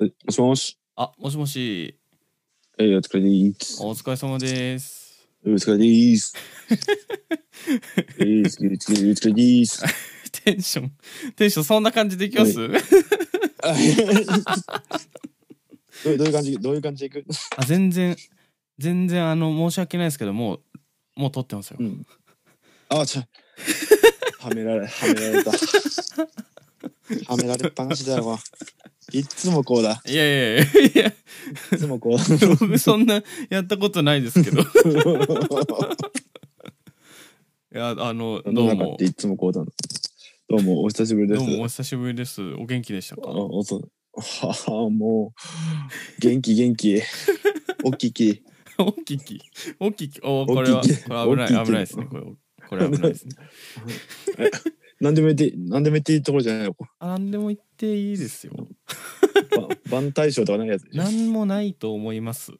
えもしもし。あ、もしもし。えー、お疲れでーす。お疲れ様です。お疲れでーす。えー、お疲れお疲れお疲れでー す。テンション、テンションそんな感じでいきます、あへへへどうどういう感じどういう感じでいくあ、全然、全然、あの、申し訳ないですけど、もう、もう撮ってますよ。うん。あ、ちゃ。はめられ、はめられた。はめられっぱなしだよ。いっつもこうだ。いやいやいやいや、いっつもこうだ。僕そんなやったことないですけど。いや、あの、世どのう中っもて。いっつもこうだな。どうも、お久しぶりでどすう。もお久しぶりです。お元気でしたあ かおそははもう、元気元気。おっきき。おきき。おきき。おこれは、おこきれき危なおきい、き危ないですね。これ、これ危ないですね。何でも言っていい、何でも言っていいところじゃない よ。あ、なんでも言っていいですよ。ば万体賞 とかないやつでしょ。なんもないと思います。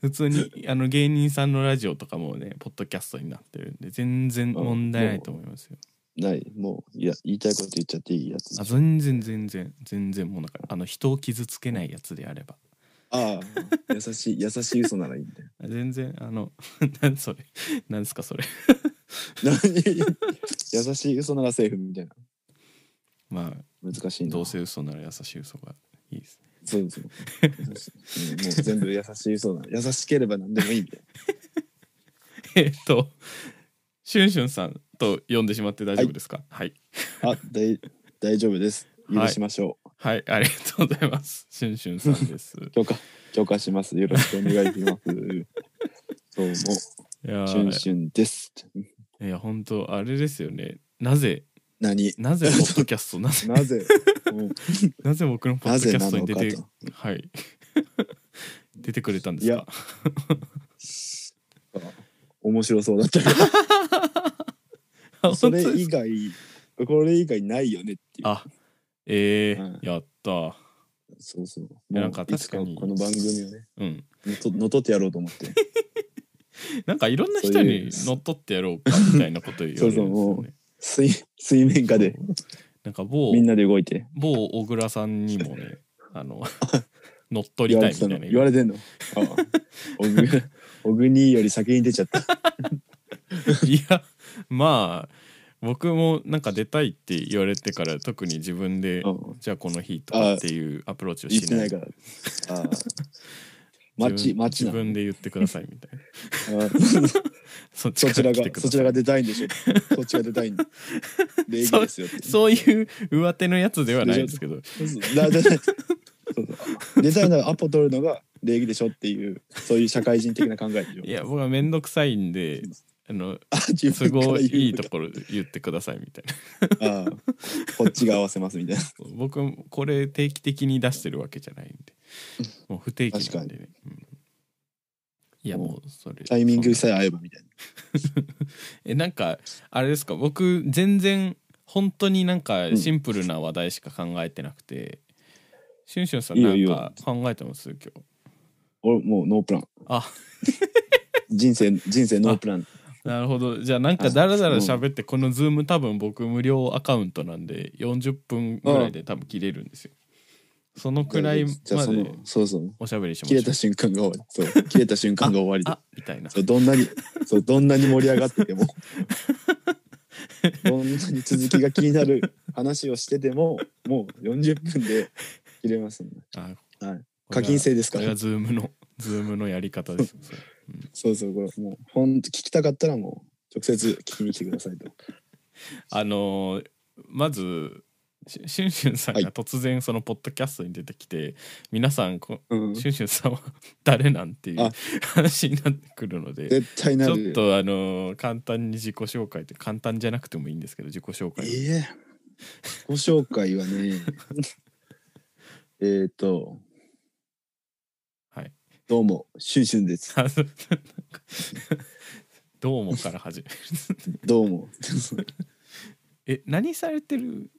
普通にあの芸人さんのラジオとかもねポッドキャストになってるんで全然問題ないと思いますよ ない、もう、いや、言いたいこと言っちゃっていいやつあ。全然全然全然もうなんかあの人を傷つけないやつであればああ、優しい、優しい嘘ならいいんだよ。全然あの 何それ何すかそれ何優しい嘘ならセーフみたいな。まあ難しいな。どうせ嘘なら優しい嘘がいいです ねそうですよ。優しいうんもう全部優しい嘘なら、優しければ何でもいいんだよ。えっとシュンシュンさんと呼んでしまって大丈夫ですかはいあ、だい、大丈夫です。許しましょう。はい、ありがとうございますシュンシュンさんです 許可、許可します。よろしくお願いし ます。どうも、いやシュンーシュンです。いや本当あれですよねなぜ何なぜポッドキャストなぜな ぜ、うんなぜ僕のポッなドキぜャなストにの出かてと。はい出てくれたんですいかや面白そうだった からそれ以外これ以外ないよねっていうあえーうんやったそうそうもやなうんかいつか確かにこの番組をねうんのとのとってやろうと思ってなんかいろんなそ人ういうに乗っ取ってやろうかみたいなこと 言われるんですよそうそうもね水水面下でなんか某みんなで動いて某小倉さんにも ねあの乗っ取言わりたれいてみたたのい言わなれてんのああ 小国小国より先に出ちゃったいやまあ僕もなんか出たいって言われてから特に自分でうんじゃあこの日とかっていうアプローチを言っしてなないいからああ町町自分な自分で言ってくださいみたいなああそそっちちから ら来てくがださそいちらが出たいんでしょそっちが出たいんで礼儀ですよってそういう上手のやつではないですけどだだだそうそうデザイナーのアポ取るのが礼儀でしょっていうそういう社会人的な考えでしょいや僕は面倒くさいんであのあ自す分から言うごいいいとこころ言ってくださいみたいなあこっちが合わせますみ たいな僕これ定期的に出してるわけじゃないんでもう不定期なんでね、うんいやもうそれタイミングそさえ合えばみたいなんなえなんかあれですか僕全然本当になんかシンプルな話題しか考えてなくて、しゅんしゅんさんいいなよいいんよか考えてます今日俺もうノープランあ人生人生ノープランなるほどじゃあなんかだらだら喋ってこのズーム多分僕無料アカウントなんで40分ぐらいで多分切れるんですよそのくらいじゃあまそでのそうそうおしゃべりしま切れしたょ瞬間が終わりそう切れた瞬間が終わりうだあみたいなそうどんなにそうどんなに盛り上がって てもどんなに続きが気になる話をしててももう40分で切れますんであはいこれが課金制ですかこれがズームのズームのやり方ですよそれそうそう、これもう、ほんと聞きたかったらもう、直接聞きに来てくださいと。あのーまずししゅんしゅんさんはが突然そのポッドキャストに出てきて、皆さんこうんしゅんしゅんさんは誰なんていうあ話になってくるので絶対なちる。ょっとあのー簡単に自己紹介って簡単じゃなくてもいいんですけど自己紹介をいいえご紹介はね、えっと、はい。どうも、シュンシュンです。あそうなんか どうもから始め るどうも。え何されてる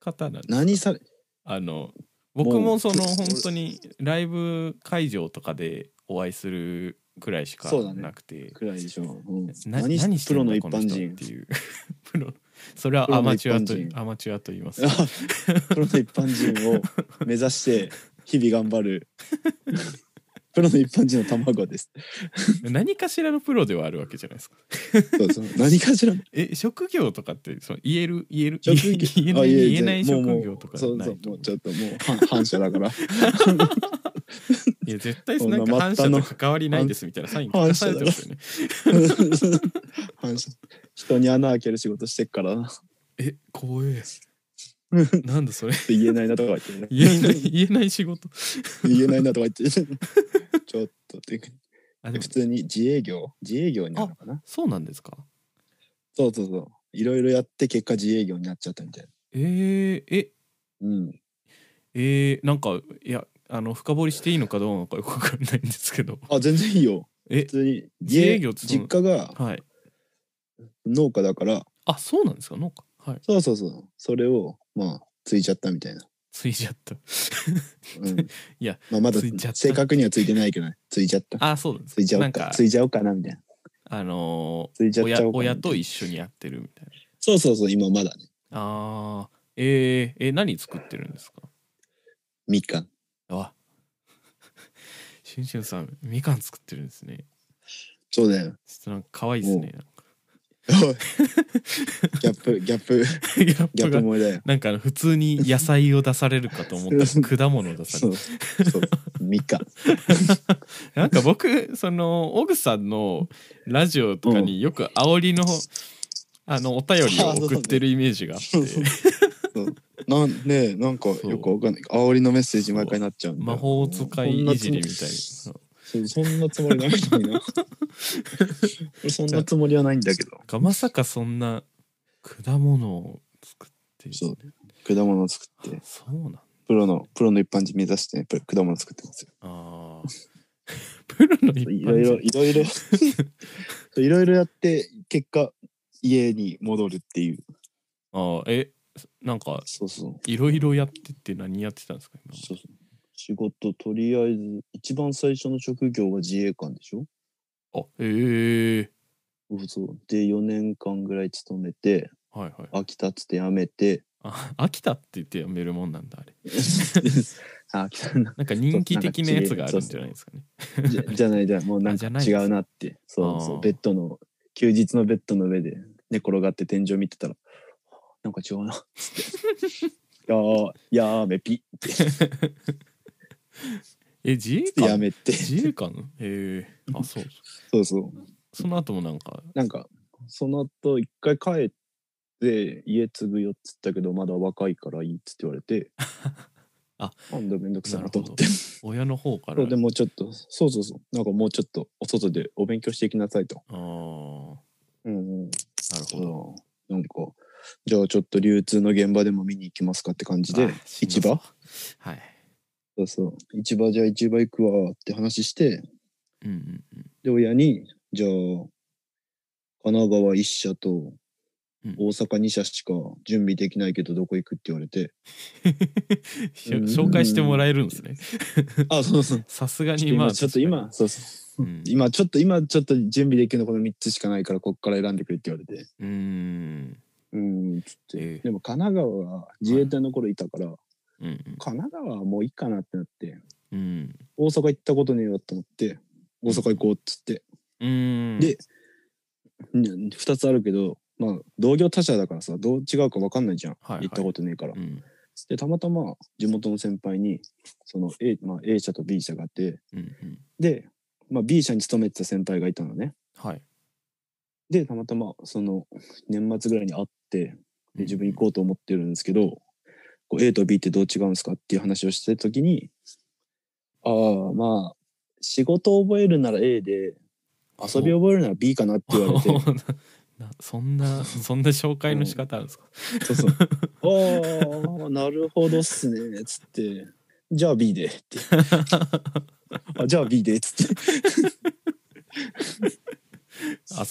方なんですか何され、あの僕もそのもう本当にライブ会場とかでお会いするくらいしかそうだねなくて、くらいでしょう。うんな何何してプんだロの一この般人っ人て。いう プロそれはアマチュアとプロの一般人アマチュアと言 いますプロの一般人を目指して日々頑張る プロの一般人の卵です。何かしらのプロではあるわけじゃないですかそうそう何かしらえ職業とかってその言える言える職業言えあないえ言えないじゃあ職もう業とかそうなそういとも思ううちょっともう反反射だから いや絶対そんななんか反末社端との関わりないですみたいなサイン書かされてますよね反射人に穴開ける仕事してっからなっえ怖えなんだそれて言えないなとか言って言えない言えない仕事言えないなとか言ってちょっとってあでも普通に自営業自営業になるのかなそうなんですかそうそうそういろいろやって結果自営業になっちゃったみたいえー、えなうんえー、なんかいやあの深掘りしていいのかどうなのかよくわかんないんですけどあ全然いいよえ普通に自営業ってその実家がはい農家だからあそうなんですか農家はいそうそうそうそれをまあついちゃったみたいな、ついちゃったうん、 いやまあまだついちゃった正確にはついてないけどねついちゃったあそうなんですついちゃなおうんかかついちゃおうかなみたいなあのついちーゃっちゃ親おうかな親とみたいな一緒にやってるみたいなそうそうそう今まだねあーえー、え何作ってるんですかみかんあ しゅんしゅんさんみかん作ってるんですねそうだよちょっとなんか可愛いですね おいギャップギャップギャッギャプップが萌えだよなんかあの普通に野菜を出されるかと思ったら果物を出さ れそるうそうみかんなんか僕そのオグさんのラジオとかによく煽りの、あのお便りを送ってるイメージがあってそうそうなんねえなんかそうよくわかんない煽りのメッセージ毎回なっちゃうんだよ魔法使いいじりみたいなそうそんなつもりないの にな俺そんなつもりはないんだけどがまさかそんな果物を作っているそう果物を作ってそうなんだプロのプロの一般人目指してやっぱり果物作ってますよあー プロの一いろ般いろいろい人 ろそういろいろやって結果家に戻るっていうあーえなんかそうそういろいろやってって何やってたんですか今そうそう仕事とりあえず一番最初の職業は自衛官でしょあええそうそうで4年間ぐらい勤めてはいはい飽きたっつって辞め てあ飽きたって言ってやめるもんなんだあれあ飽きたななんか人気的なやつがあるんじゃないですかねじゃじゃないじゃないもうなんかあじゃない違うなってそうそあーうベッドの休日のベッドの上で寝転がって天井見てたらなんか違 うなっつってやーやーめぴえ自衛や官めて自衛官へえ あそうそうそうその後もなんかなんかその後一回帰って家継ぐよっつったけどまだ若いからいいっつって言われて あなんだめんどくさいなるなとほ思どって親の方からそうでもうちょっとそうそうそうなんかもうちょっとお外でお勉強していきなさいとあーうんうんなるほどそうなんかじゃあちょっと流通の現場でも見に行きますかって感じであしん市どそう場はいそうそう市場じゃあ市場行くわって話してうんうんうんで親にじゃあ神奈川1社とうん大阪2社しか準備できないけどどこ行くって言われ て、し紹介してもらえるんですねあそうそうさすがちょっとにまあ今ちょっと今そうそう、うん今ちょっと今ちょっと準備できるのこの3つしかないからこっから選んでくれって言われてうーんうんつって、ええでも神奈川は自衛隊の頃いたから、うんうん神奈川はもういいかなってなってうん大阪行ったことねえよと思って大阪行こうっつって、うーんで2つあるけどまあ同業他社だからさどう違うか分かんないじゃん、はいはい行ったことねえから、うんでたまたま地元の先輩にその A,、まあ、A 社と B 社があってうんうんで、まあ、B 社に勤めてた先輩がいたのねはいでたまたまその年末ぐらいに会ってで自分行こうと思ってるんですけど、こう A と B ってどう違うんですかっていう話をしてた時にああまあ仕事を覚えるなら A で遊びを覚えるなら B かなって言われて なそんなそんな紹介の仕方あるんです か、 そうそうああなるほどっすねつってじゃあ B でってあじゃあ B でつ って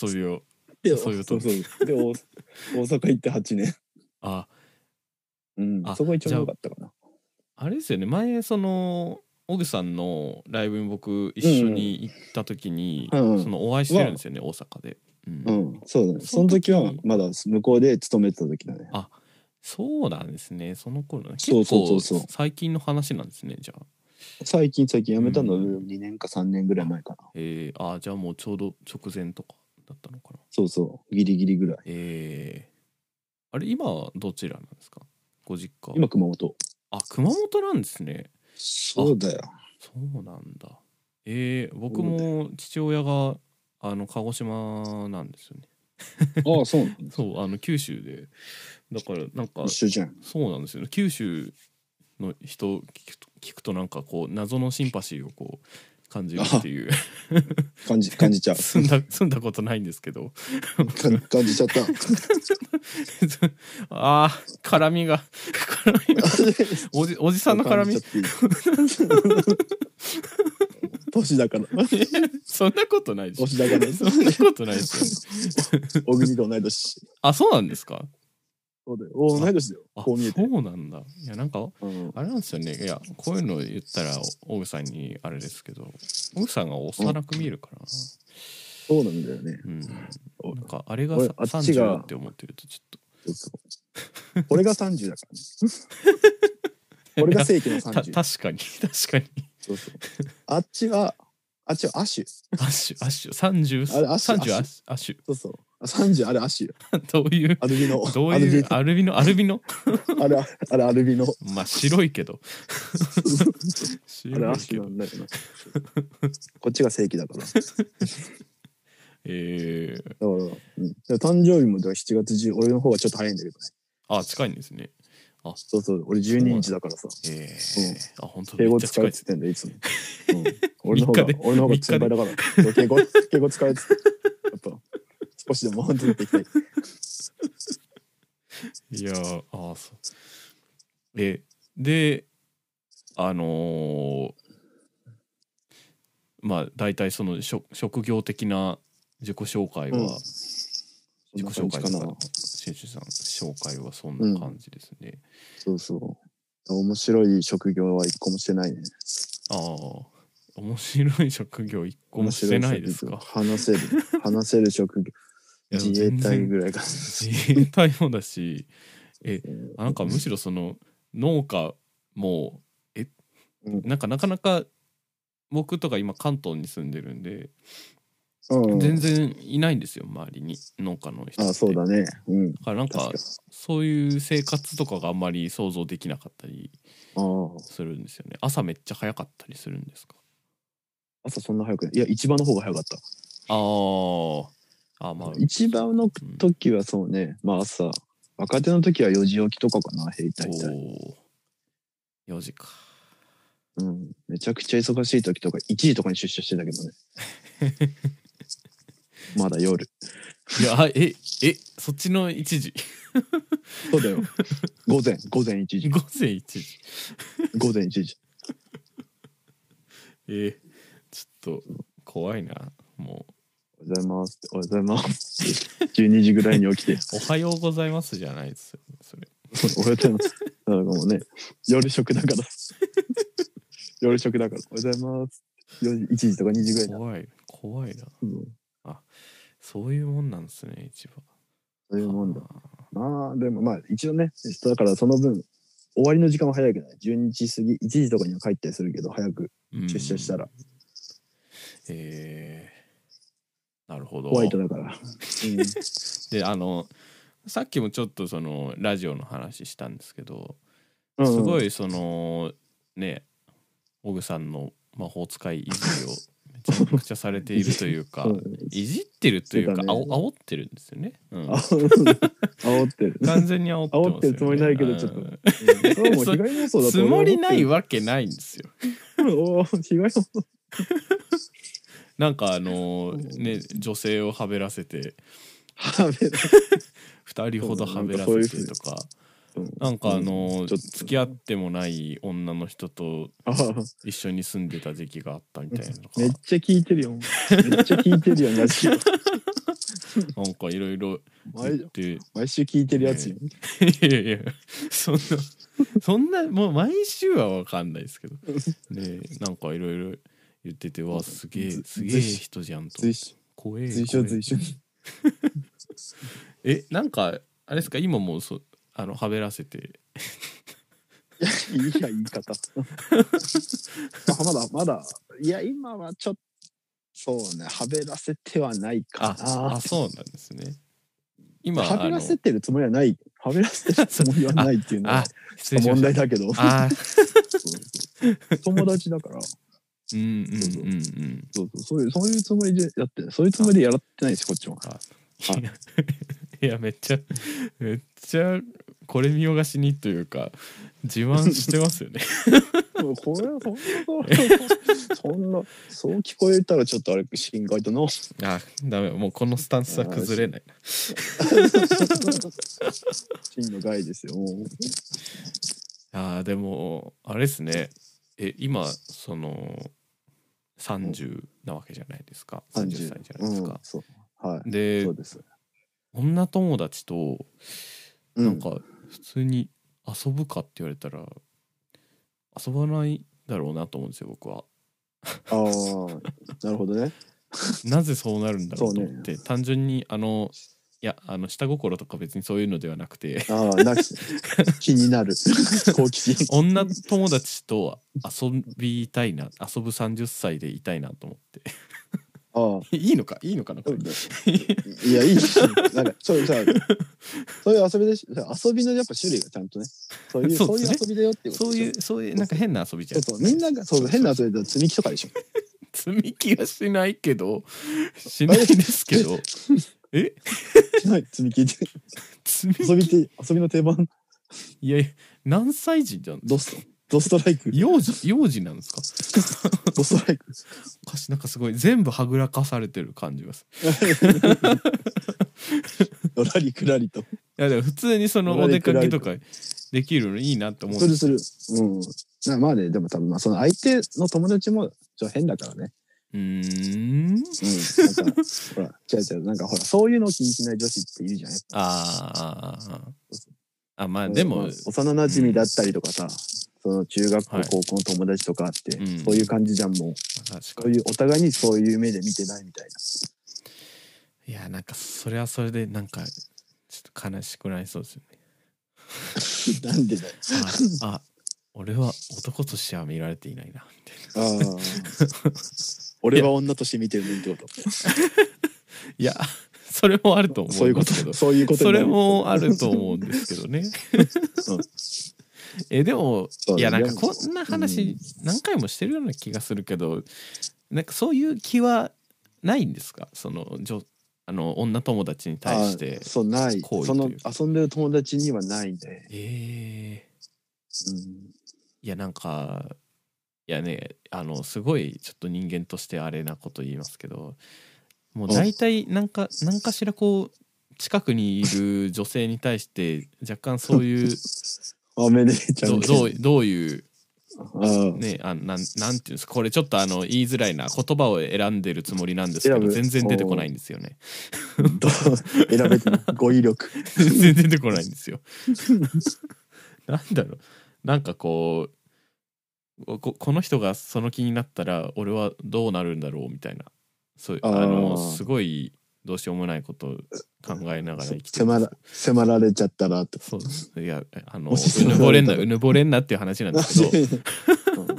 遊びをでそういうこそとうそうで大大阪行って8年、あうんあ、そこが一番良かったかなあれですよね前そのオグさんのライブに僕一緒に行った時に、うんうんそのお会いしてるんですよね、大阪で、うんうん、そうだね。そそのの時時はまだ向こうで勤めてた時だね。そうなんですねその頃ね結そうそうそうそう構最近の話なんですねじゃあ最近最近辞めたのう2年か3年ぐらい前かな。えー、あーじゃあもうちょうど直前とかだったのかなそうそう、ギリギリぐらい。えー、あれ今はどちらなんですかご実家今熊本。あ熊本なんですねそうだよ。そうなんだ。えー、僕そうだも父親があの鹿児島なんですよね。ああ、そうなんだそうあの九州でだからなんか一緒じゃん。そうなんですよね九州の人を聞くと聞くとなんかこう謎のシンパシーをこう感じるっていう感じ、感じちゃう。 住んだ住んだことないんですけど 感感じちゃった。あー絡みが絡みがおじおじさんの絡み感じちゃっていい 年だから。そんなことないでしょ年だから。 そんなことないですよ小国と同い年。あそうなんですかそうだよ。お同い年だよ。あこう見えて。そうなんだいやなんかうんあれなんですよねいやこういうの言ったらオグさんにあれですけどオグさんが幼く見えるからそうなんだよね。な,、うおん、なんかあれが俺さあっちが30って思ってるとちょそうっそう俺が30だからね。俺が正規のとた確30。かに 確かにそうそうあっちは、あっちはアッシュ。アッシュアッシュ30あれアッシュ30アアッッシュアッシそうそう。あ30あれアッシュよ。ュ どういうアルビノ。どういうアアルビノアルビノルビノあれ、あれアルビノ。まあ白い けどあれア白いッシけュどなんだよな。こっちが正規だから。だかえー、ら、うん、だから誕生日もだから7月10、俺の方がちょっと早いんだけどね。あ近いんですねそうそう。俺12日だからさ。えーあ本当だ敬めっ語ちゃ使近ういっでつすってんだよいつも。うん、俺の方が 三日で、俺の方が三日先で輩だから。敬語、敬語使うっつって。やっぱ、少しでも本当にできない。いやーああそうえであのーまあ大体その職職業的な自己紹介は、うん自己そんな紹感介じかとかな。シェシュさん紹介はそんな感じですね、そうそう。面白い職業は一個もしてないね。ああ面白い職業一個もしてないです面か白い職業話 せる、話せる職業。いや自衛隊ぐらいか。自衛隊もだしえあなんかむしろその農家もえうんなんかなかなか僕とか今関東に住んでるんでうん、全然いないんですよ周りに農家の人ってあ、そうだね。うん。だからなんか確かに。そういう生活とかがあんまり想像できなかったりああ。するんですよね朝めっちゃ早かったりするんですか朝そんな早くない。いや、市場の方が早かった。あーあまあ市場の時はそうね。まあ朝。若手の時は4時起きとかかな、兵隊隊。おー4時かうん。めちゃくちゃ忙しい時とか、1時とかに出社してたけどね。 まだ夜。いやあええそっちの1時 そうだよ。午前、午前1時。午前1時午前1時。えーちょっと怖いなもおはようございます。おはようございます。12時ぐらいに起きて、う「おはようございます」じゃないですよねそれおはようございます。だからもうね、夜食だから。夜食だから、おはようございます。4時1時とか2時ぐらいな。怖い怖いなうんそういうもんなんですね市場そういうもんだ。あーまあ、でもまあ、一応ね、だからその分、終わりの時間は早いけどね、12時過ぎ、1時とかには帰ったりするけど、早くうん出社したら、えー、なるほどホワイトだから。うんであのさっきもちょっとそのラジオの話したんですけどうんすごいそのねオグさんの魔法使いいじりをめちゃくちゃされているというか そういじってるというかそうだあねお煽ってるんですよね、うんあ、 煽ってる。完全に煽ってますよ、煽ね、ってるつもりないけどちょっとうんうんそれはもう被害妄想だつと思もうりないわけないんですよおー被害妄想。なんかあのーね女性をはべらせてはべ2人ほどはべらそうなんせかそういてうとかうんなんかあのーうんちょっと付き合ってもない女の人とあー一緒に住んでた時期があったみたいなの めっがちゃ聞いてるよ。めっちゃ聞いてるよ、ラジオ。なんかいろいろ言毎って毎週聞いてるやつよ。いやいやいやそんなそんなもう毎週は分かんな いですけどねなんかいろいろ言っててわすげえずすげえ人じゃんと随所、怖え随怖所、え随所。えなんかあれですか今もうそあのはべらせていや、言い方。あまだ、まだ、いや、今はちょっと、そうね、はべらせてはないかああな。そうなんですね今はべらせてるつもりはない。はべらせてるつもりはないっていうあののあは、失礼しま問した題だけど。あ友達だから、そうんうんうんうんうそうそういう、そういうつもりでやってない、そういうつもりでやらってないし、こっちも。いや いやめっちゃめっちゃこれ見よがしにというか自慢してますよねもうこれ、そんな、そんな、そう聞こえたらちょっとあれ、心外 だな。 あダメもうこのスタンスは崩れない真の害ですよ。もうあーでもあれですねえ今その30なわけじゃないですか30歳じゃないですうんか、そうはい。でそうです。女友達とうんなんか普通に遊ぶかって言われたら遊ばないだろうなと思うんですよ僕はああ、なるほどね。なぜそうなるんだろうとそうね思って、単純にあのいやあの下心とか別にそういうのではなくて ああ、なんか気になる。好奇心。女友達と遊びたいな遊ぶ30歳でいたいなと思って ああ。いいのかいいのかなこれいや、いいし。なんか、そういうさ、そういう遊びでし、遊びのやっぱ種類がちゃんとね。そういう、そそううでいすうね遊びだよっていうことそういうそういうなんか変な遊びじゃそんうそう、みんなが、そう、変な遊びだと積み木とかでしょ。 積み木はしない けどしないですけどえはい積み木って、積み遊びって、 遊びの定番、いやいや何歳児じゃんドスト、ドストライク、幼児幼児なんですかドストライク。 おかしなんかすごい全部はぐらかされてる感じがするのらりくらりと。いやでも普通にそのお出かけとかできるのいいなと思うするする。うん。なまあね、でも多分、まあ、その相手の友達も、ちょっと変だからね。うーうんんなんか、ほら、違う違う、なんかほら、そういうのを気にしない女子っているじゃん。あーあーあーあまあうんでまあも幼馴染だったりとかさ、その中学校、はい高校の友達とかって、うんそういう感じじゃん、もう。確そかうにいう、お互いにそういう目で見てないみたいいやなんかそれはそれでなんかちょっと悲しくなりそうですよね な。なんでだよ。 ああ俺は男としては見られていないなみたいなああ。俺は女として見てるのにってこいや それもあるとと。思そういううんこですけどと。そういうことそになれるもあると思うんですけど ね。えでもそういやなんかでもこんな話何回もしてるような気がするけど、なんかそういう気はないんですかその女あの女友達に対してああ。そう、ない。行為そのというか遊んでる友達にはないね。えうん。ー、いやなんかいやねあのすごいちょっと人間としてあれなこと言いますけどもう大体なんか何かしらこう近くにいる女性に対して若干そういうあ、めで ちゃどんうけんどうどういうああねあのなんなんていうんですかこれちょっとあの言いづらいな言葉を選んでるつもりなんですけ選どぶ全然出てこないんですよねどう選べてない語彙力。 全然出てこないんですよなんだろうなんかこうここの人がその気になったら俺はどうなるんだろうみたいなそういうあーあのすごいどうしようもないことを考えながら生きて迫ら迫られちゃったらと。そうですいやあのうもしぬぼれんなうぬぼれんなっていう話なんです けどね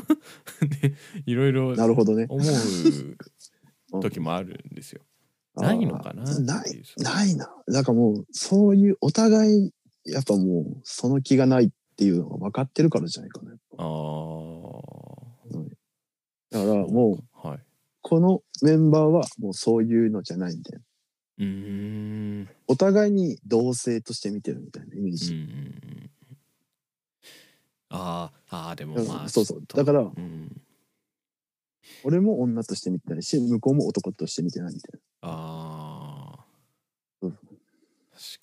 いろいろ なるほどね。思う時もあるんですよ。ないのかなあーなってい、うそうないな。なんかもう、そういう、お互い、やっぱもう、その気がないっていうのが分かってるからじゃないかな。ああ。だからもう、う。はい。このメンバーはもうそういうのじゃないみたいな。うーん。お互いに同性として見てるみたいなイメーうんうジ。んうんあーあー、でもだからまあ。そうそうちょっとだからうん、俺も女として見てないし、向こうも男として見てないみたいああ。うん確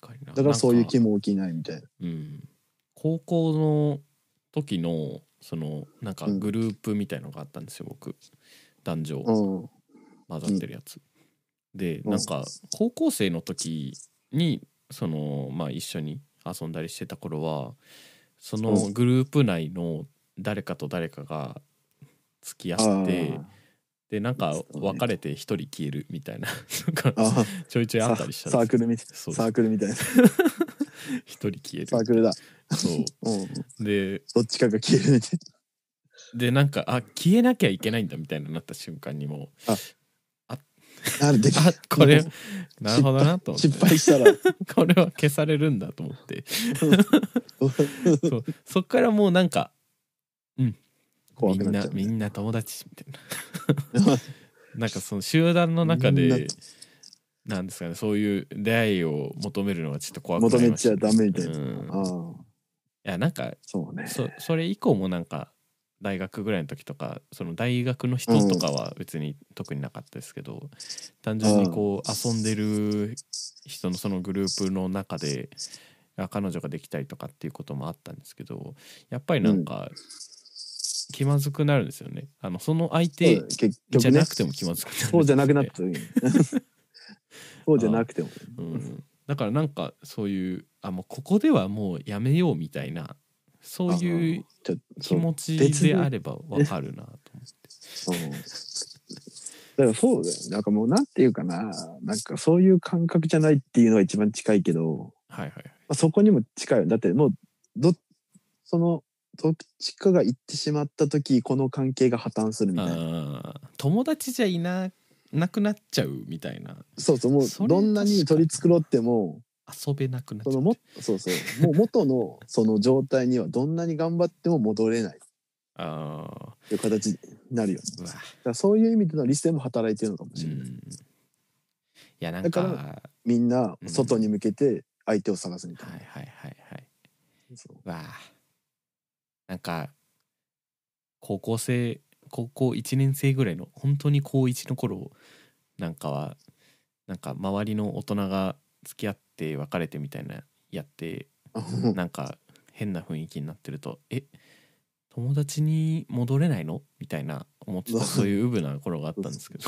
かにな。な。だからそういう気も。も起きないみたいな。うん。高校の時の、その、なんかグループみたいのがあったんですよ、僕。男女。うん。混ざってるやつ、でうんなんか高校生の時にそのまあ一緒に遊んだりしてた頃はそのうグループ内の誰かと誰かが付き合ってあでなんかそうね別れて一人消えるみたいな なんかあちょいちょいああったりしたササークルみたいそうサークルみたいな一人消えるサークルだそうんうでどっちかが消えるみたいでなんかあ消えなきゃいけないんだみたいになった瞬間 にもうあなあれであこれ なる失敗ほどなと思って失敗したら これは消されるんだと思ってそうそっからもうなんか怖みくんなっなちゃうみんな友達みたいななんかその集団の中みんなでなんですかねそういう出会いを求めるのがちょっと怖くな求りめましち たゃねダメみたいな、うんああいやなんかそうねそそれ以降もなんか大学ぐらいの時とかその大学の人とかは別に特になかったですけど、単純にこう遊んでる人のそのグループの中であ彼女ができたりとかっていうこともあったんですけどやっぱりなんか気まずくなるんですよね。あのそのそ相うだ手ね結じゃ局ねなくても気まずくなるんですよね、そうじゃなくなった時 にそうじゃなくてもうん、だからなんかそういうあもうここではもうやめようみたいなそういうあのちょ気そう持ちであればわかるなと思って。そうだからそうだよねなんかもうなんていうかななんかそういう感覚じゃないっていうのが一番近いけど、はいはい。まあ、そこにも近いよだってもうどそのどっちかが行ってしまった時この関係が破綻するみたいなあー友達じゃいななくなっちゃうみたいなそうそうもそれうどんなに取り繕っても遊べなくなっちゃそうのもそうそうもう元のその状態にはどんなに頑張っても戻れないっああていう形になるよねうわ、だからそういう意味での理性も働いてるのかもうしれない、ん、いやなんかだかはみんなうん外に向けて相手を探すみいたいはな、いはいはいそうわあなんか高校生高校1年生ぐらいの本当に高1の頃なんかはなんか周りの大人が付き合って別れてみたいなやってなんか変な雰囲気になってると「え友達に戻れないの?」みたいな思ってたそういうウブな頃があったんですけど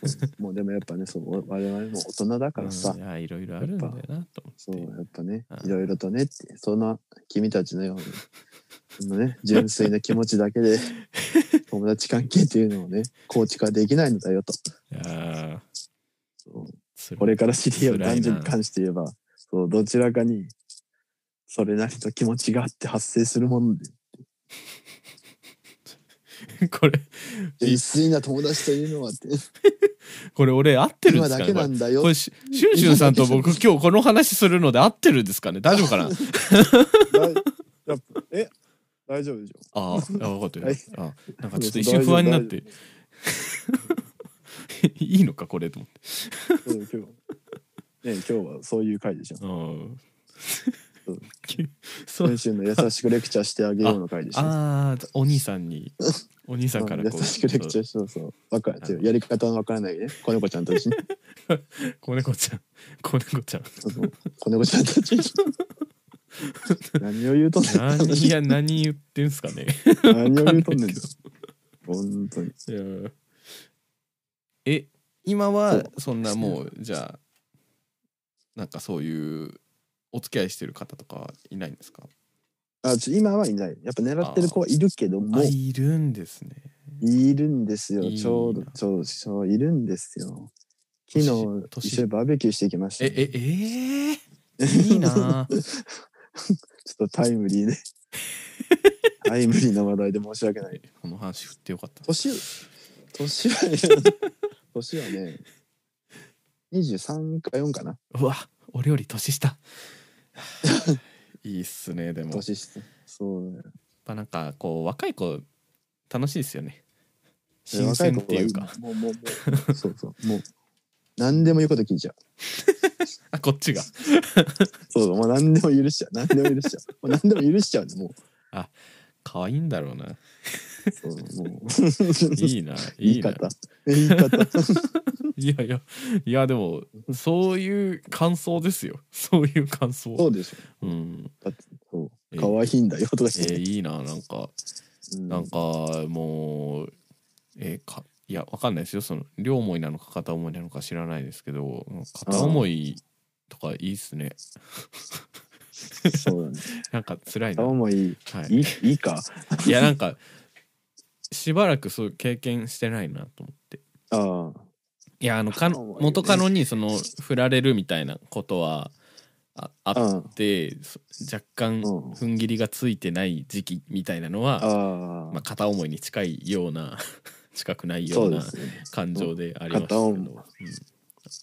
もうでもやっぱねそう我々も大人だからさ、うんいやいろいろあるんだよなと思そうやってっぱねうんいろいろとねってそんな君たちのようにそのね純粋な気持ちだけ で友達関係っていうのをね構築はできないのだよといやそうーこれから知り合う辛い男な女に関して言えばそうどちらかにそれなりと気持ちがあって発生するもので これ純粋な友達というのはってこれ俺合ってるん今ですだかけねこなれんだよこれしシュンシュンさんと僕今今日この話するので合ってるんですかね大丈夫かなだ いやっぱえ大丈夫でしょあーあ分かったよはいあなんかちょっと一瞬不安になって大 いいのかこれと思って丈夫大丈夫うん今日ね今日はそういう回でしょあー そうそう先週の優しくレクチャーしてあげようの回でした。あーお兄さんにお兄さんから優こうしくレクチャーしてそうそう。わか違うやり方のわからないね。子猫ちゃんたちに。子猫ちゃん 子猫ちゃんそう そう子猫ちゃんたちに。何を言うとんねん。何いや何言ってんすかね 何を言うとんねんわかんないけど。本当に。いやえ今はそんなもうじゃあなんかそういうお付き合いしてる方とかはいないんですかあ、ちょ今はいない。やっぱ狙ってる子はいるけどもあ、いるんですねいるんですよ。いいなちょうど、ちょうど、そう、いるんですよ。昨日、年一緒にバーベキューしてきました。ええええいいな ちょっとタイムリーで。タイムリーな話題で申し訳ない。この話振ってよかった年年は年はね23か4かなうわ俺より年下いいっすねでもやっ年下そうだよぱなんかこう若い子楽しいですよねで新鮮っていうか若い子はもうもうもうそうそうもう何でも言うこと聞いちゃう あこっちがそうそうもう何でも許しちゃう何でも許しちゃうもう何でも許しちゃうねも可愛いんだろ うなうそうもういいな言いいいな方言い方いやいやいやでもそういう感想ですよそういう感想そううでしょんだってそえうー可愛いんだよとかえ言って、ーいいななんかうんなんかもうえーかいやわかんないですよその両思いなのか片思いなのか知らないですけど片思いとかいいっすねそうだね なんか辛いな、顔はもいいい、いいいいかいやなんかしばらくそういう経験してないなと思ってああ。いやあのかの元カノにその振られるみたいなことはああって、そ若う干ん踏ん切りがついてない時期みたいなのあは、あ。まあ、片思いに近いような 近くないよそううでなすね。感情でありましたけど、ううんん片思、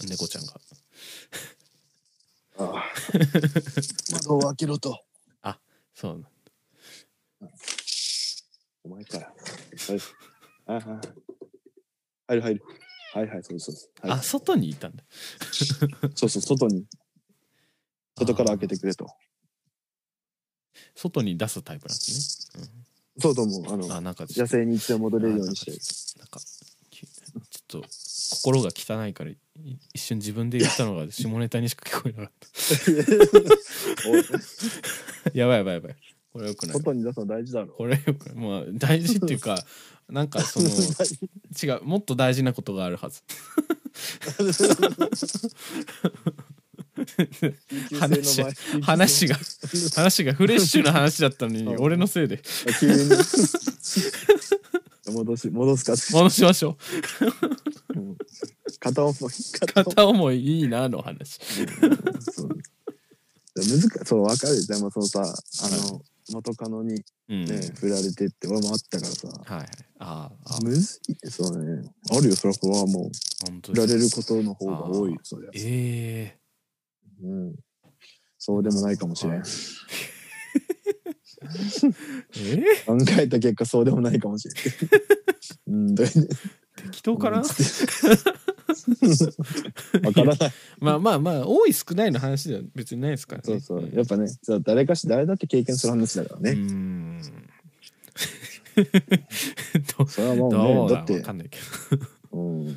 猫ちゃんがああ窓を開けろと。そうお前から。はいああ入る入る。はいはい、そうですそうです。はいあ外にいたんだそうそう、外に。外から開けてくれと。外に出すタイプなんですね、そうとも、あうん、の、あなんかちょ野っと生に一応戻れるようにしあて。なんかきちょっと心が汚いからい一瞬自分で言ったのが下ネタにしか聞こえなかったおいやばいやばいやばい。これよくない。外に出すの大事だろ。これよくない。まあ大事っていうか、 なん かその、違う、もっと大事なことがあるはず。話話が、 話がフレッシュな話だったのに、うん俺のせいで。急に戻す戻すか戻しましょうう。ん片思い片思い片思いいいなの話。そう難かそう分かるでもそのさあの元カノにね、うん。振られてって俺もあったからさはいはい。ああ、あむずいねそうねあるよそれはもう本当振らですれることの方が多いよそりゃええうんそうでもないかもしれんは考えええた結果そうでもないかもしれんうんどうやって適当かなわからない。まあまあまあ、多い少ないの話では別にないですから ね。そうそう。やっぱね、そう誰かし、誰だって経験する話だからうね。ん。 それはもどどうね、うだだろっうてわか、んないけど。うん。いいや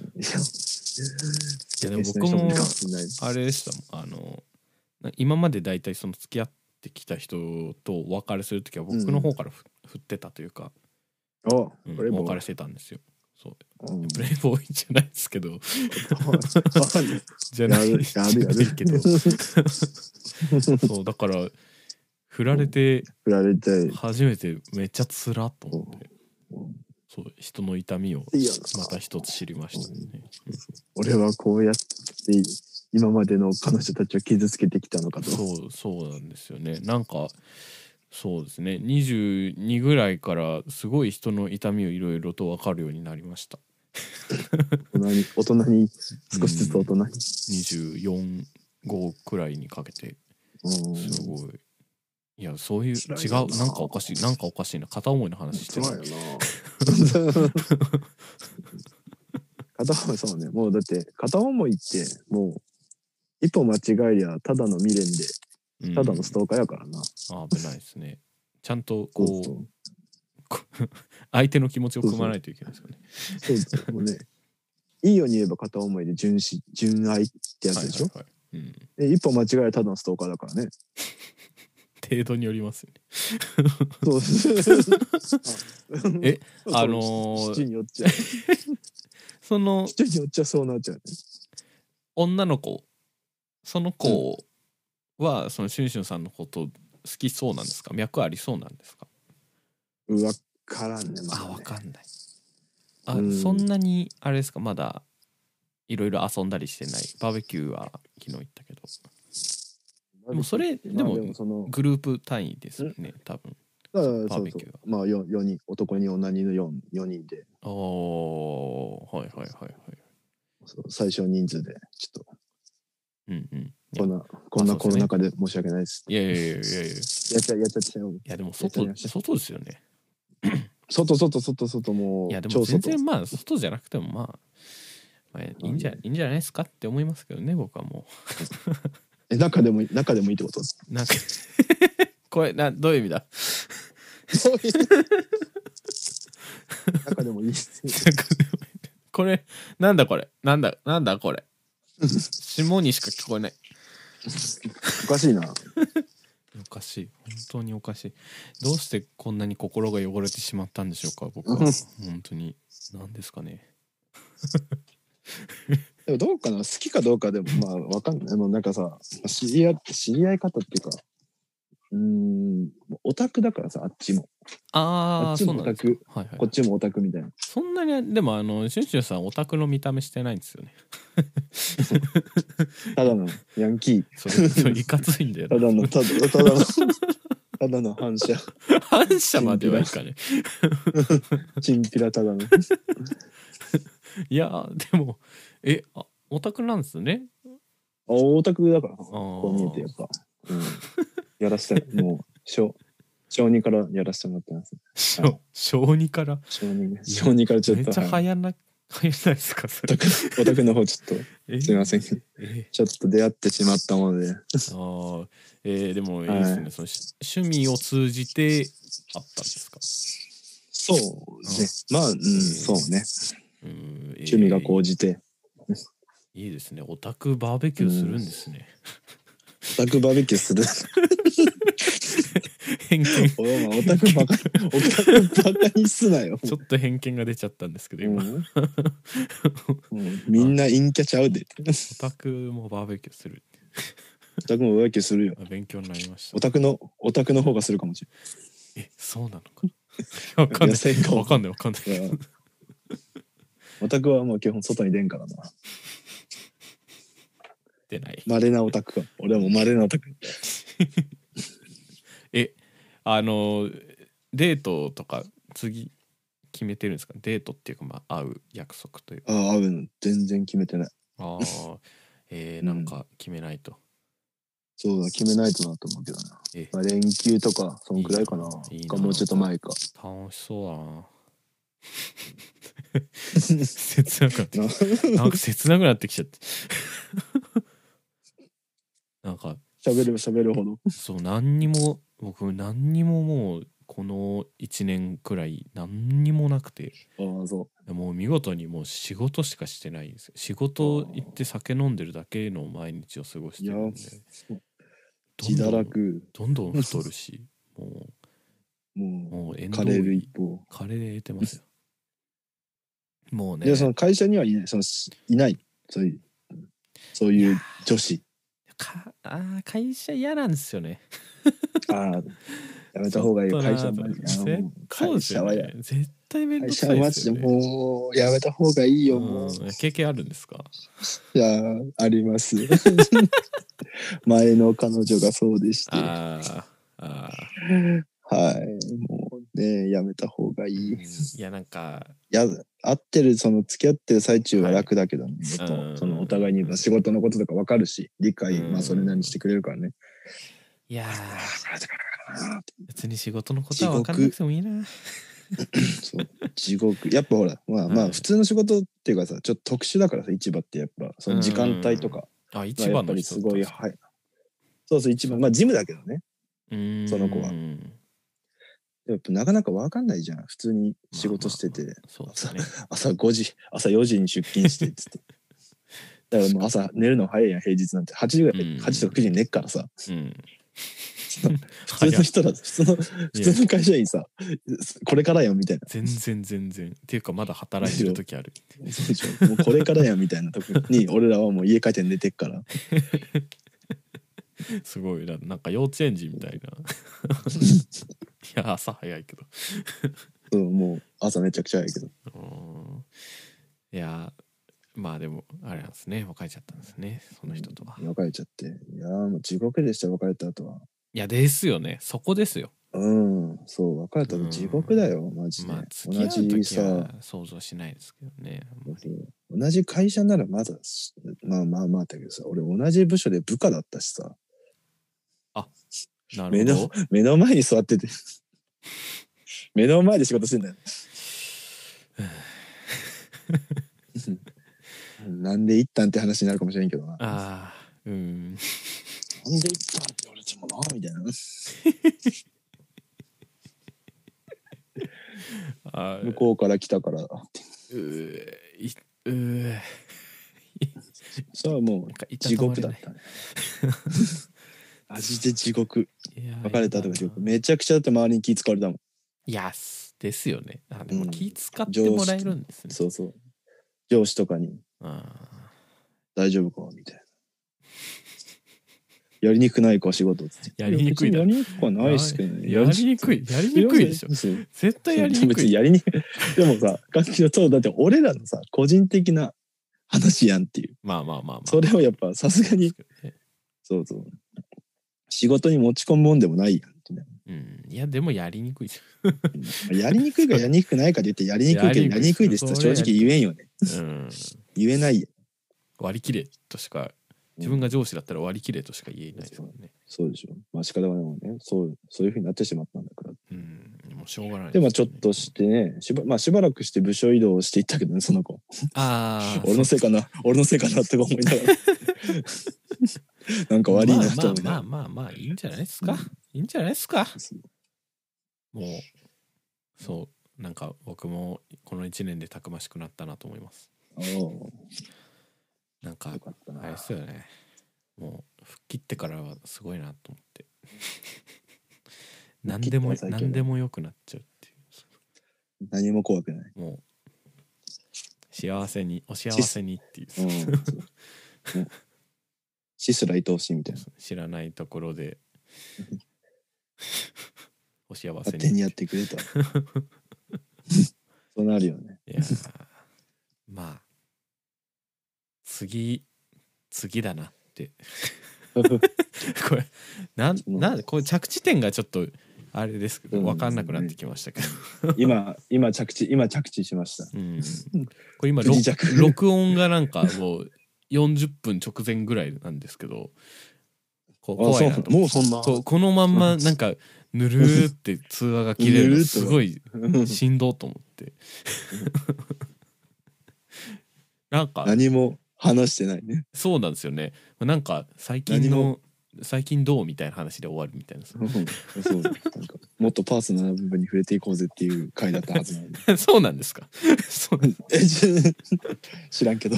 やでも僕も経験しない人いるかしれないあれでしたもんあのな今まで大体その付き合ってきた人とお別れする時は僕の方からふ、振ってたというか、おうんこれおも別れしてたんですよそううんプレイボーイじゃないです けどわかんないじゃないやるやるやるじゃない けどそうだから振られて振られて初めてめっちゃつらっと思ってうんうんそう人の痛みをいいよなまた一つ知りましたね俺はこうやって今までの彼女たちを傷つけてきたのかとそうそうなんですよねなんかそうですね22ぐらいからすごい人の痛みをいろいろと分かるようになりました大人に大人に少しずつ大人に245くらいにかけてうんすごいいやそういう辛違いうよななんかおかしいなんかおかしいな片思いの話してするごいよな片思いそうねもうだって片思いってもう一歩間違いりゃただの未練でうんただのストーカーやからな、あ危ないですねちゃんとそうこそうう 相手の気持ちを組まないといけないですよねそうそうもうねいいように言えば片思いで純子純愛ってやつでしょ、はいはいはいうんで一歩間違えたらただのストーカーだからね程度によりますよねそうえそうあのシーチューによっちゃうシそのチューによっちゃそうなっちゃうね女の子その子は、そのシュンシュンさんのこと好きそうなんですか脈ありそうなんですかうわからんね,、まだあねわかんないあうんそんなにあれですかまだいろいろ遊んだりしてないバーベキューは昨日行ったけどでもそれまあでもでもそのグループ単位ですよね多分だからそうバーベキューはそうまあ 4, 四人男に女にの 4, 四人でおーはいはいはいはいそう最小人数でちょっとうんうんこんなこんなそコうロですねナ禍で申し訳ないですいやいやいやいやいやいやっちゃやっちゃってよやでもやってみ外ましょう外ですよね外外外外もいやうで超も全外然まあ外じゃなくてもまあまあ、いいんじゃいいんじゃないですかって思いますけどね僕はもうえ中でも中でもいいってこと な んかこれなどういう意味だ そういう中でもいいですこれなんだこれなんだなんだこれ下にしか聞こえないおかしいなおかしい本当におかしいどうしてこんなに心が汚れてしまったんでしょうか僕 は本当に何ですかねでもどうかな好きかどうかでもまあわかんないあのなんかさ知り合い知り合い方っていうかうーんオタクだからさあっちもああっあちそうもなオんでタすかクはいはいこっちもオタクみたいなそんなにでもあのシュンシュンさんオタクの見た目してないんですよねただのヤンキーそれそれいかついんだよたなだのただただの ただの反射反射まではいかねチンピラただのいやーでもえあオタクなんですねあオタクだからあこう見えてやーっぱ、うん、やらせてもう小小2からやらせてもらってます小小二から小2小二からちょめっっとちゃ流行はいらな流行らないですかそオれタクオタクの方ちょっえとすいませんちえょっと出会ってしまったものであーえーでもいいですね、はそのし趣味を通じてあったんですかそうねまあうんそうねうーん趣味がう高じていいですねオタクバーベキューするんですね、オタクバーベキューする偏見お前オタクバカオタクバカにすなよちょっと偏見が出ちゃったんですけど今、オうんうんみんな陰キャちゃうでタクもバーベキューするオタクもバーベキューするよあ勉強になりましオたタクのオタクの方がするかもしえそうなのかな わかんれなないいわかんないわかんないいや オタクはもう基本外に出んからな出ない稀なオタクか俺はもう稀なオタクえあのデートとか次決めてるんですかデートっていうかまあ会う約束というかああ会うの全然決めてないああ えー、なんか決めないと、そうだ決めないとなと思うけどなえ、まあ、連休とかそんくらいかないいなかもうちょっと前 か楽しそうだな切なくなってきな たなんか切なくなってきちゃって なんか喋る喋るほどそう何にも僕何にももうこの1年くらい何にもなくてああそもう見事にもう仕事しかしてないんですよ仕事行って酒飲んでるだけの毎日を過ごしてるんでいうどん自ど堕ん落どんどん太るしもうももうエうン枯れる一方カレーてますよもうねでその会社にはいないそのしいないそういうそういう女子かあー会社嫌なんですよねああやめた方がいいちょっと会な社マジあのそうでもうそうで会す社よはやね絶対面会倒く社さはいマでジすでよねもうやめた方がいいよもううん経験あるんですかいやーあります 前の彼女がそうでしてはあーあーいもうねやめた方がいいうんいやなんかや合ってるその付き合ってる最中は楽だけどね、いやっぱうんそのお互いに仕事のこととか分かるし理解、うんまあそれなりにしてくれるからね、いやあーー別に仕事のことは分かんなくてもいいな そう地獄やっぱほらまあうんまあ普通の仕事っていうかさちょっと特殊だからさ市場ってやっぱその時間帯とかあ一はやっ番ぱのり人すごいだったんはいそうそう一番まあジムだけどねですそねの子はうんやっぱなかなか分かんないじゃん普通に仕事してて、そうで すね朝5時朝4時に出勤してっつっ てだからもう朝寝るの早いやん平日なんて8時ぐらい、うん8時とか9時に寝っからさ うん普通の人だ普通の普通の会社員さこれからやんみたいな全然全然っていうかまだ働いてる 時あるそうでしょもうこれからやんみたいな時に俺らはもう家帰って寝てっからすごいななんか幼稚園児み たいないや朝早いけどそうもう朝めちゃくちゃ早いけどうーんいやまあでもあれなんですね別れちゃったんですねその人とは別れちゃっていやーもう地獄でした別れた後はいやですよねそこですようんそう別れた後地獄だよマジで、まあ付き合同うじ時さは想像しないですけどね同じ会社ならまだしまあまあまあだけどさ俺同じ部署で部下だったしさな目るほのど目の前に座 ってて目の前で仕事してんだよなんで行ったんって話になるかもしれんけどななんああうんで行ったんって言われてもなみたいなあー向こうから来たからうーいうーそれはもなんかうい地獄ただたっまれ たねマジで地獄ないいやー別れたとか地獄いめちゃくちゃだって周りに気使われたもんやすですよねあでうもん気使ってもらえるんですね、そうそう上司とかにああ大丈夫かみたいな。やりにくくないか仕事っつってやりにくいだや別にやりにくくはないっすけどねやりにくいやりにくいでしょょ絶対 やりにく別にいやりにくいでもさ楽器のそうだって俺らのさ個人的な話やんっていうまあまあまあまあそれをやっぱさすがにねそうそう仕事に持ち込むもんでもないやんってねうんいやでもやりにくいじやりにくいかやりにくくないかで言ってやりにくいけどやりにくやりにくいいですって正直言えんよね ゃん、うん、言えないよ割り切れとしか自分が上司だったら割り切れとしか言えないですもんねそうでしょまあ仕方がないもんねそうそういうふうになってしまったんだからうんもうしょうがないでまあもちょっとしてねしば,、まあ、しばらくして部署移動していったけどねその子ああ俺のせいか な俺のせいかなとか思いながらなんか悪いなと思いながまらあまあまあ まあまあいいんじゃないですかいいんじゃないですかそうもうそうなんか僕もこの1年でたくましくなったなと思いますおーなんかよかったあれなですよねもう吹っ切ってからはすごいなと思って何でも吹っ切った最強だ何でも良くなっちゃうってい何も怖くないうもう幸せにお幸せにっていううん そうねシスラ愛おしいみたいな知らないとこ ろでお幸せ勝に手にやってく れたそうなるよねいやーまあ次次だなって これなんそうなんこれ着地点がちょっとあれですけどうん分かんなくなってきましたけど、今今着地今着地しましたうん、これ今不録時着録音がなんかもう40分直前ぐらいなんですけどこうあ怖いなそうと思ってもうそんなここのまんまなんかぬるーって通話が切ぬれるるのーっとすごいしんどうと思って。なんか何も話してないねそうなんですよね。なんか最近何のも最近どうみたいな話で終わるみたいな。 うんそうなんかもっとパーソナルな部分に触れていこうぜっていう回だったはずなのにそうなんですか。 そう えじゃ知らんけど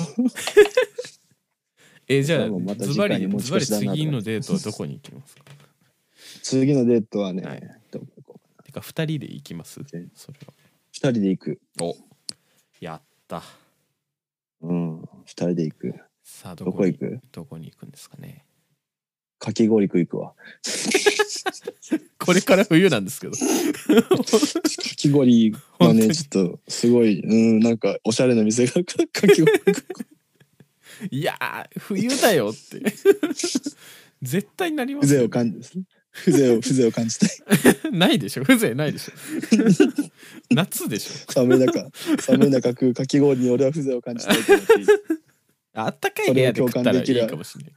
えじゃあもうまたズバ次回にリ持ちズバリ越しだなと次のデートはどこに行きますか。次のデートはね、はいどこ行こうてか二人で行きます。全それは。二人で行くおやった。うん二人で行くさあどどここに行くどこに行くんですかね。かき氷食い行くわこれから冬なんですけど。 かき氷はねちょっとすごいうんなんかおしゃれな店がかき氷いやー冬だよって。 絶対になります風よ情を感じ風情を風情を感じたいないでしょ風情ないで しょ夏でしょ寒い中寒い中食うかき氷に俺は風情を感じたいと思 ってあったかい部屋で食ったらいいかもしれない。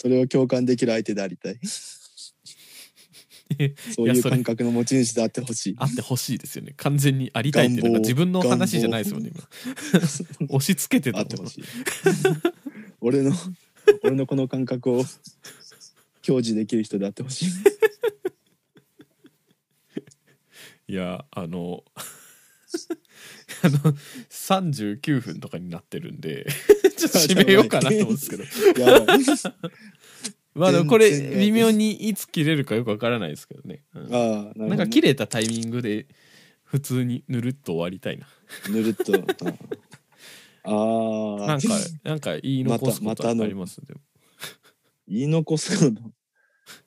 それを共感できる相手でありたいそういいやうそれ感覚の持ち主であってほしいあってほしいですよね。完全にありたいっていうのが願望自分の話じゃないですも んね。今押し付けてあったてとほ思。しい俺の俺のこの感覚を享受できる人であってほしいういや、あの、 あの、39分とかになってるんで、ちょっと 締めようかなと思うんですけど。 やばいまあでもこれ、全然微妙にいつ切れるかよくわからないですけどね。うんああなんか切れたタイミングで、普通にぬるっと終わりたいな。ぬるっとあーなんか、なんか言い残すこまとたあまたのりますでも言い残すこと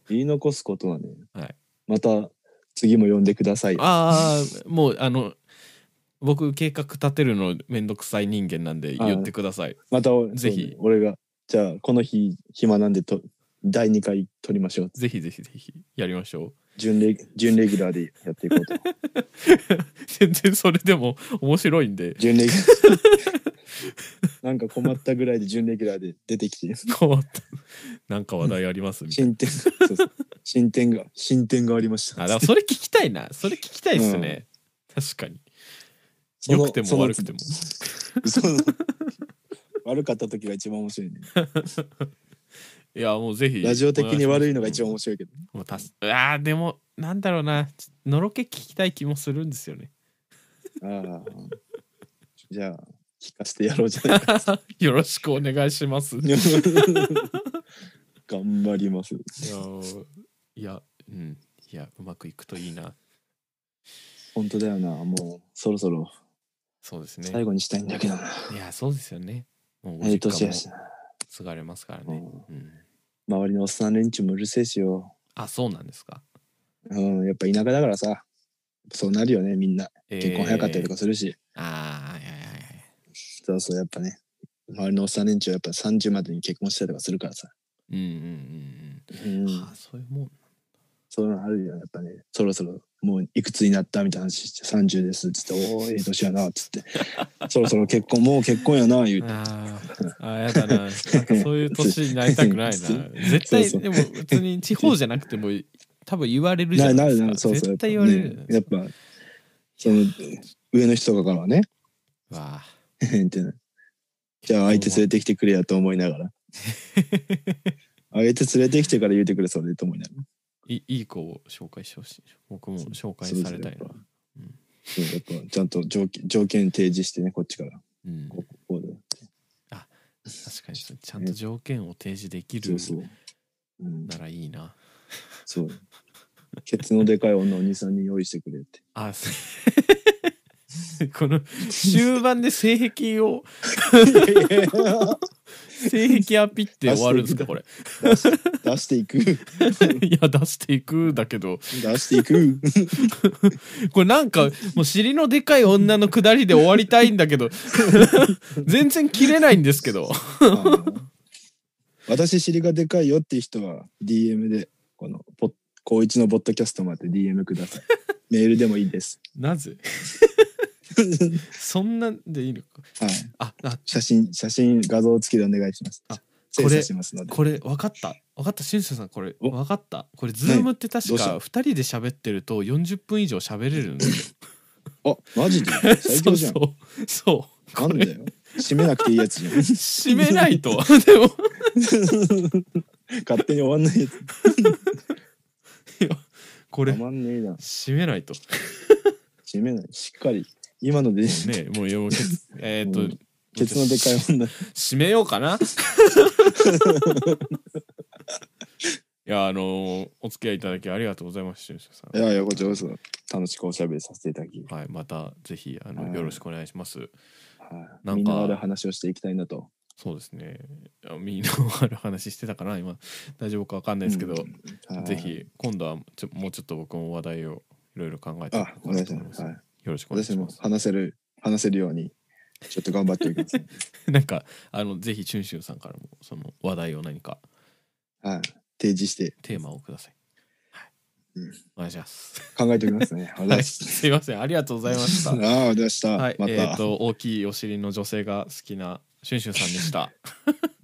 言い残すことはね、はいまた次も呼んでくださいああもうあの僕計画立てるのめんどくさい人間なんであー言ってくださいまた俺ぜひそうね俺がじゃあこの日暇なんでと第2回撮りましょうぜひぜひぜひやりましょう準レギ準レギュラーでやっていこ うと全然それでも面白いんで準レギュラーなんか困ったぐらいで準レギュラーで出てきて困ったなんか話題ありますみたい進展そうそう進展が進展がありましたなあでもそれ聞きたいなそれ聞きたいっすね、確かにそ良のくても悪くてもその悪かった時が一番面白いねいやもうぜひラジオ的に悪いのが一番面面白いけどもうたすあーでもなんだろうなちょのろけ聞きたい気もするんですよね ああじゃあ聞かせてやろうじ ゃないかよろしくお願いします頑張りますいやーいやうんいやうまくいくといいな本当だよなもうそろそろそうです最ね後にしたいんだけどな、いやそうですよねもうおええ時年間やもしな、継がれますからうねんうん周りのおっさん連中もうるせえしよ。あそうなんですかうん、やっぱ田舎だからさ、そうなるよね、みんな。結結婚早かったりとか、かするし、えーああいやいやいやそうそう、やっぱね、周りのおっさん連中はやっぱ30までに結婚したりとかするからさ。うんうんううんんうん、ああそういうもんそういうのあるよね、やっぱね、そろそろもういくつになったみたいな話して、30ですっつって、おお、ええ年やなっつ って、そろそろ結婚、もう結婚やな、言うて。あー あーやだななんかそういう年になりたく ないな絶対そうそうでも別に地方じゃなくても 多分言われるじなゃるなないでるすなかる、そうそう。絶対言われるねやっぱ、その、上の人とかからはね、わあ へんってな。じゃあ相手連れてきてくれやと思いながら。相手連れてきてから言うてくれ、それと思いながら。いいい子を紹介してほしい僕も紹介されたいそなうそうやっぱ、ちゃんと条件条件提示してね、こっちから。うんこうこうで。確かにそうちゃんと条件を提示できそるうそう。うん、ならいいなそう。ケツのでかい女を2、3人用意してくれって。 あすこの終盤で性癖を性癖アピって終わるんですか これ出し出していくいや出していくだけど出していくこれなんかもう尻のでかい女のくだりで終わりたいんだけど 全然切れないんですけどあの私尻がでかいよっていう人は DM でこのポッ高一のポッドキャストまで DM くださいメールでもいいです、 なぜそんなんでいいのかはい、ああ写真写真画像付きでお願いしますあ精査しますのでこれ分かった分かったしゅんせいさんこれお分かったこれズームってど確うしたか2人で喋ってると40分以上喋れるんですよあマジで最 そ強うじゃんそうそうなんだよ締めなくていいやつじゃん 締めな いとでも勝手に終わんないやつこれたまんねえな締めないと締めないしっかり今のでねもうよけえっうとんケツのでかい女 締めようかな いやあのーお付き合いいただきありがとうございますしゅんせいさいやいや、こちらこそ楽しくおしゃべりさせていただき、んはいまたぜひあはのいよろしくお願いしますはいなみんかんなで話をしていきたいなと。そうですねあみんなある話してたかな今大丈夫かわかんないですけど、うん、はいぜ。ひ今度はちょもうちょっと僕も話題をいろいろ考えてあ、お願いしいます。はい、よろしくお願い私しもます。話せる、話せるように、ちょっと頑張っていきます。なんかあのぜひチュンシュンさんからもその話題を何かはい。提示してテーマをください。はいうんお願いします。考えておきますね。ありがとうございはい、ます。すいませんありがとうございましあた。あはー、ありい、がとうございました。また、えっ、と大きいお尻の女性が好きなシュンシュンさん でした。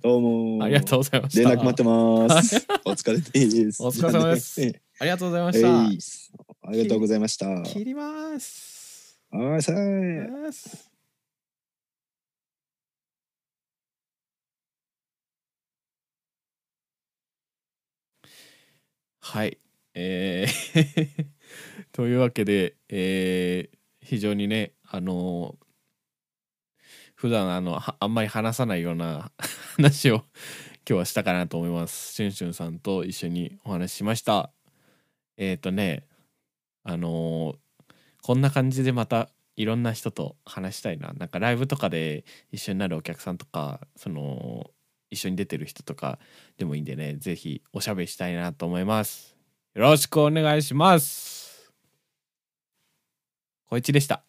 どうも。ありがとう。うございました。連絡待ってます。お疲れです。お疲れ様ですえありがとうございまいした。ありがとうございました。は切ります。い、さ切いり。ますはい。えー というわけで、えー非常にね、あのー普段あのはあんまり話さないような 話を今日はしたかなと思います。しゅんしゅんさんと一緒にお話ししました。えっ、とね、あのーこんな感じでまたいろんな人と話したいな。なんかライブとかで一緒になるお客さんとか、その一緒に出てる人とかでもいいんでね、ぜひおしゃべりしたいなと思います。よろしくお願いします。小一でした。